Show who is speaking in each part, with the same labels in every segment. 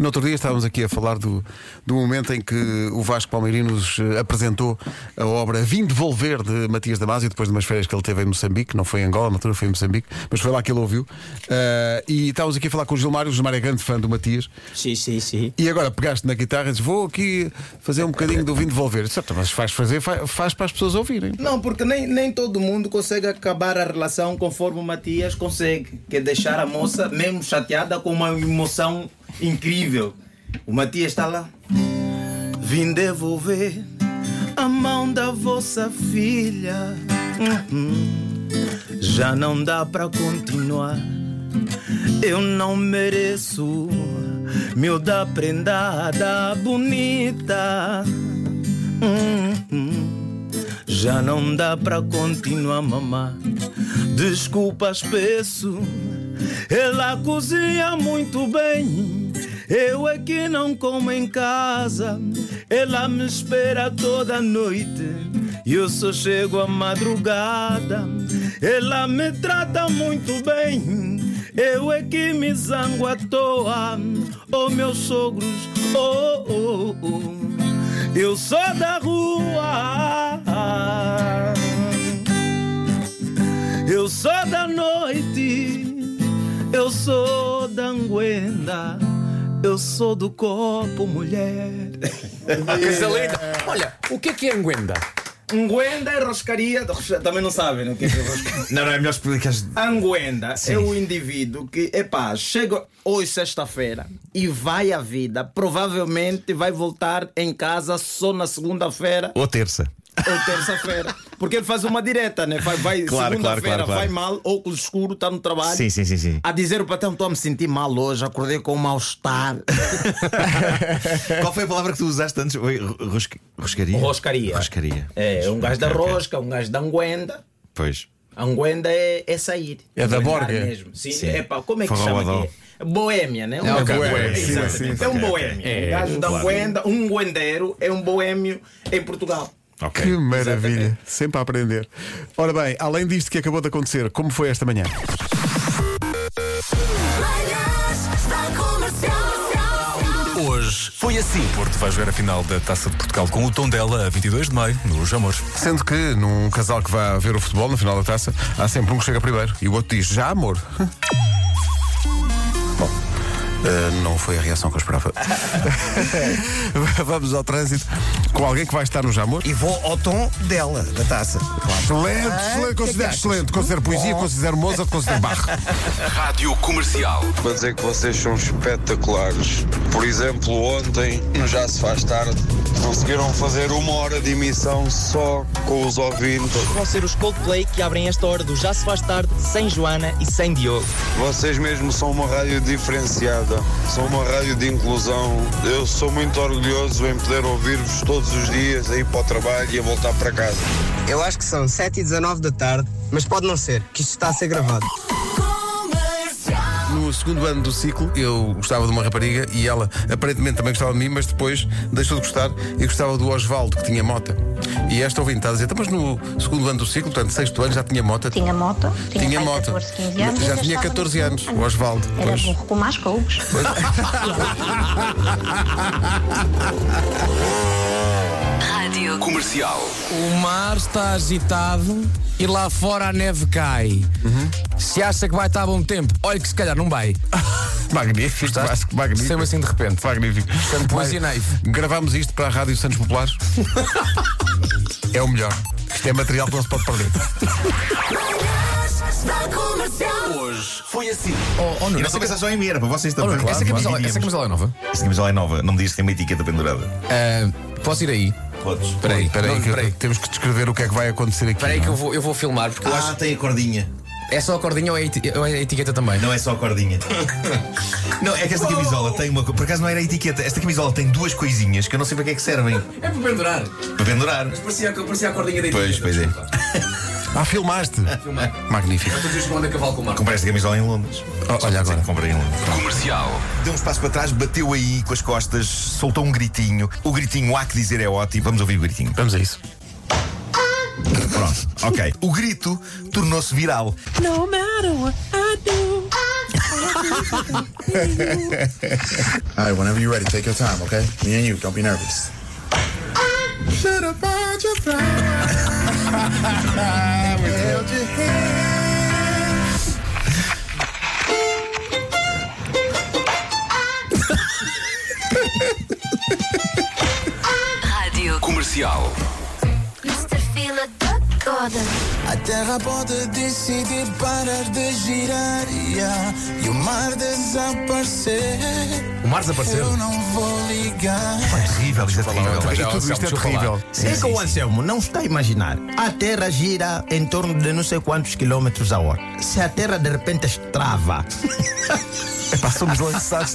Speaker 1: No outro dia estávamos aqui a falar do, do momento em que o Vasco Palmeirinho nos eh, apresentou a obra Vim Devolver de Matias Damasio, depois de umas férias que ele teve em Moçambique, não foi em Angola, na altura foi em Moçambique, mas foi lá que ele ouviu. Ah, e estávamos aqui a falar com o Gilmário, o Gilmário é grande fã do Matias,
Speaker 2: Sim, sim, sim.
Speaker 1: e agora pegaste na guitarra e dizes: Vou aqui fazer um bocadinho do Vim Devolver. Certo, mas faz fazer, faz, faz para as pessoas ouvirem.
Speaker 2: Não, porque nem, nem todo mundo consegue acabar a relação conforme o Matias consegue, que é deixar a moça mesmo chateada com uma emoção incrível. O Matias está lá. Vim devolver a mão da vossa filha. Uhum. Já não dá para continuar. Eu não mereço. Meu da prendada bonita. Uhum. Já não dá pra continuar, mamá. Desculpas, peço. Ela cozinha muito bem. Eu é que não como em casa. Ela me espera toda noite. E eu só chego à madrugada. Ela me trata muito bem. Eu é que me zango à toa. Oh, meus sogros, oh, oh, oh. Eu sou da rua. Eu sou da noite. Eu sou da anguenda. Eu sou do copo, mulher.
Speaker 3: Coisa linda. Olha, o que é que é Anguenda?
Speaker 2: Anguenda é roscaria. Rosca- Também não sabem o que é que é roscaria.
Speaker 4: Não, não, é melhor explicar.
Speaker 2: Anguenda é o indivíduo que, epá, chega hoje sexta-feira e vai à vida. Provavelmente vai voltar em casa só na segunda-feira
Speaker 4: Ou terça.
Speaker 2: ou terça-feira. Porque ele faz uma direta, né? Vai, vai
Speaker 4: Claro,
Speaker 2: segunda-feira,
Speaker 4: claro, claro, claro.
Speaker 2: vai mal, óculos escuro, está no trabalho.
Speaker 4: Sim, sim, sim, sim.
Speaker 2: A dizer o patrão, estou a me sentir mal hoje, acordei com um mal-estar.
Speaker 4: Qual foi a palavra que tu usaste antes? Foi ro- rosca- Roscaria.
Speaker 2: Roscaria.
Speaker 4: Roscaria.
Speaker 2: É, um gajo da
Speaker 4: Ok, ok.
Speaker 2: rosca, um gajo da anguenda.
Speaker 4: Pois.
Speaker 2: Anguenda é, é sair.
Speaker 1: É da
Speaker 2: Andar
Speaker 1: Borga.
Speaker 2: mesmo. Sim, É, pá, como é que
Speaker 4: Forró
Speaker 2: chama
Speaker 4: Badó.
Speaker 2: aqui? Boêmia, né? Um
Speaker 1: ok,
Speaker 2: gajo-
Speaker 1: é boêmia, sim,
Speaker 2: exatamente.
Speaker 1: sim,
Speaker 2: É
Speaker 4: ok,
Speaker 2: um
Speaker 4: ok.
Speaker 2: boêmio.
Speaker 3: É,
Speaker 2: um gajo da
Speaker 4: claro.
Speaker 2: anguenda, um guendeiro é um boêmio em Portugal.
Speaker 4: Ok.
Speaker 1: Que maravilha, sempre a aprender. Ora bem, além disto que acabou de acontecer, como foi esta manhã?
Speaker 5: Manhãs da Comercial.
Speaker 6: Hoje foi assim. Porto vai jogar a final da Taça de Portugal com o Tondela a 22 de maio, nos Amores.
Speaker 1: Sendo que num casal que vai ver o futebol no final da taça, há sempre um que chega primeiro e o outro diz: Já, amor? Bom, eh, não foi a reação que eu esperava. Vamos ao trânsito com alguém que vai estar no Jamor.
Speaker 7: E vou ao tom dela, da taça.
Speaker 1: Excelente, excelente, considero excelente. Considero poesia, considero Mozart, considero Barro.
Speaker 6: Rádio Comercial.
Speaker 8: para dizer que vocês são espetaculares. Por exemplo, ontem, no já se faz tarde, conseguiram fazer uma hora de emissão só com os ouvintes.
Speaker 9: vão ser os Coldplay que abrem esta hora do Já Se Faz Tarde sem Joana e sem Diogo.
Speaker 8: Vocês mesmo são uma rádio diferenciada, são uma rádio de inclusão. Eu sou muito orgulhoso em poder ouvir-vos todos os dias, a ir para o trabalho e a voltar para casa.
Speaker 10: Eu acho que são 7 e 19 da tarde, mas pode não ser, que isto está a ser gravado.
Speaker 5: Comercial.
Speaker 1: No segundo ano do ciclo, eu gostava de uma rapariga e ela aparentemente também gostava de mim, mas depois deixou de gostar e gostava do Osvaldo, que tinha mota. E esta ouvinte está a dizer, "Então, mas no segundo ano do ciclo, portanto, sexto ano, já tinha mota.
Speaker 11: Tinha moto, tinha,
Speaker 1: Tinha
Speaker 11: pai,
Speaker 1: moto.
Speaker 11: 14, 15 anos.
Speaker 1: Já
Speaker 11: e
Speaker 1: tinha
Speaker 11: gastava
Speaker 1: 14
Speaker 11: muito
Speaker 1: anos,
Speaker 11: dinheiro.
Speaker 1: o Osvaldo,
Speaker 11: Era
Speaker 1: pois.
Speaker 11: um recuo mais roubos.
Speaker 5: Rádio
Speaker 6: Comercial.
Speaker 3: O mar está agitado e lá fora a neve cai. Se acha que vai estar bom tempo, olha que se calhar não vai.
Speaker 1: Magnífico, Vasco, magnífico. um
Speaker 3: Sempre assim de repente.
Speaker 1: Magnífico.
Speaker 3: Portanto, poesia
Speaker 1: Vai-
Speaker 3: naive.
Speaker 1: Gravámos isto para a Rádio Santos Populares. é o melhor. Isto é material que não se pode perder.
Speaker 5: Manhãs da Comercial.
Speaker 6: Hoje foi assim.
Speaker 3: Oh, oh,
Speaker 4: E
Speaker 3: Nuno,
Speaker 4: não só
Speaker 3: essa,
Speaker 4: pensar só em mim, era para vocês
Speaker 3: oh,
Speaker 4: também.
Speaker 3: Nuno, essa camisola,
Speaker 4: Dividíamos.
Speaker 3: essa camisola é nova?
Speaker 4: Essa camisola é nova. Não me diz que tem uma etiqueta pendurada.
Speaker 3: Ah, posso ir aí?
Speaker 4: Podes.
Speaker 3: Espera aí,
Speaker 1: Espera aí,
Speaker 3: não,
Speaker 1: que
Speaker 3: espera aí.
Speaker 1: temos que descrever o que é que vai acontecer aqui.
Speaker 3: Espera aí que eu vou, eu vou filmar, porque eu acho.
Speaker 4: Ah, tem a cordinha.
Speaker 3: É só a cordinha ou é a eti- ou é a etiqueta também?
Speaker 4: Não é só a cordinha. Não, é que esta camisola tem uma. co- Por acaso não era a etiqueta. Esta camisola tem duas coisinhas que eu não sei para que é que servem.
Speaker 3: É para pendurar.
Speaker 4: Para pendurar.
Speaker 3: Parecia, parecia a cordinha da
Speaker 4: Pois, pois é.
Speaker 1: Ah, filmaste. Magnífico.
Speaker 3: Onde é que com o Marco?
Speaker 4: Comprei esta camisola em Londres.
Speaker 1: Oh, olha
Speaker 4: Quer dizer
Speaker 1: agora.
Speaker 4: que Comprei em Londres.
Speaker 6: Comercial.
Speaker 4: Deu um espaço para trás, bateu aí com as costas, soltou um gritinho. O gritinho, há que dizer, é ótimo. Vamos ouvir o gritinho.
Speaker 1: Vamos a isso.
Speaker 4: Pronto, ok. O grito tornou-se viral.
Speaker 11: No matter what I do.
Speaker 12: All right, whenever you're ready, take your time, okay? Me and you, don't be nervous.
Speaker 5: Should have bought your Held your hand.
Speaker 3: Rádio Comercial.
Speaker 5: Mr. Fila toda.
Speaker 13: A terra pode decidir parar de girar yeah, e o mar desaparecer.
Speaker 14: O mar desaparecer?
Speaker 13: Eu não vou ligar.
Speaker 4: Terrível, isto é terrível.
Speaker 12: um
Speaker 15: Sim, é que o Anselmo não está a imaginar. A Terra gira em torno de não sei quantos quilómetros a hora. Se a Terra de repente estrava.
Speaker 1: Epá, somos lançados.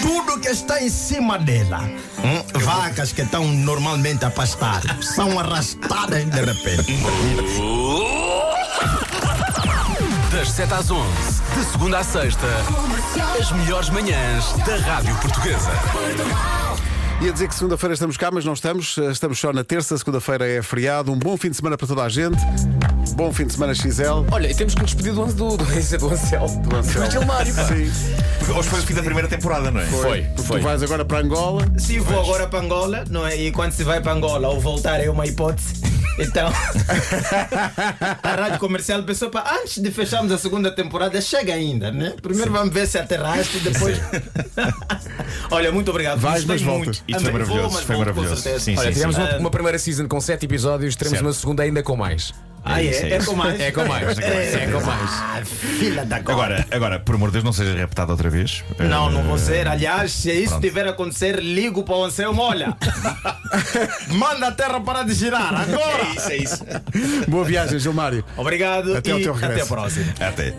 Speaker 15: Tudo que está em cima dela, hum, vacas que estão normalmente a pastar, são arrastadas de repente.
Speaker 3: Das 7 às 11, de segunda à sexta, as melhores manhãs da Rádio Portuguesa.
Speaker 1: Ia dizer que segunda-feira estamos cá, mas não estamos. Eh, Estamos só na terça, segunda-feira é feriado. Um bom fim de semana para toda a gente. Bom fim de semana, XL.
Speaker 14: Olha, e temos que nos despedir do, do, do, do Anselmo. Do
Speaker 1: Anselmo.
Speaker 14: Gilmário, pá.
Speaker 1: Sim.
Speaker 4: Porque Hoje foi o fim da primeira temporada, não é?
Speaker 14: Foi.
Speaker 1: Tu vais agora para Angola.
Speaker 2: Se vou agora para Angola, não é? E quando se vai para Angola ou voltar é uma hipótese. Então, a rádio comercial pensou para antes de fecharmos a segunda temporada, chega ainda, né? Primeiro vamos ver se aterraste, depois. Olha, muito obrigado.
Speaker 1: Vais,
Speaker 2: Gostei
Speaker 1: mas voltas.
Speaker 2: muito.
Speaker 1: Isso
Speaker 2: Amei.
Speaker 1: foi maravilhoso,
Speaker 2: Vou, mas
Speaker 1: foi
Speaker 2: volto, com
Speaker 1: maravilhoso.
Speaker 2: certeza.
Speaker 1: Sim,
Speaker 14: Olha, tivemos uma,
Speaker 2: Ah,
Speaker 14: uma primeira season com 7 episódios, teremos uma segunda ainda com mais.
Speaker 2: Ah, é?
Speaker 4: isso,
Speaker 2: É com mais.
Speaker 14: É com mais.
Speaker 2: É.
Speaker 14: É com mais.
Speaker 2: Ah, filha da cobra.
Speaker 4: Agora, agora, por amor de Deus, não seja reputado outra vez.
Speaker 2: Não, não vou
Speaker 4: Eh,
Speaker 2: ser. Aliás, se isso
Speaker 4: Pronto.
Speaker 2: tiver a acontecer, ligo para o Anselmo. Olha, manda a terra para de girar agora.
Speaker 4: É isso, é isso.
Speaker 1: Boa viagem, Gilmário.
Speaker 2: Obrigado
Speaker 1: Até ao
Speaker 2: e
Speaker 1: teu
Speaker 2: até a
Speaker 1: regresso.
Speaker 2: próxima.
Speaker 4: Eh, Até.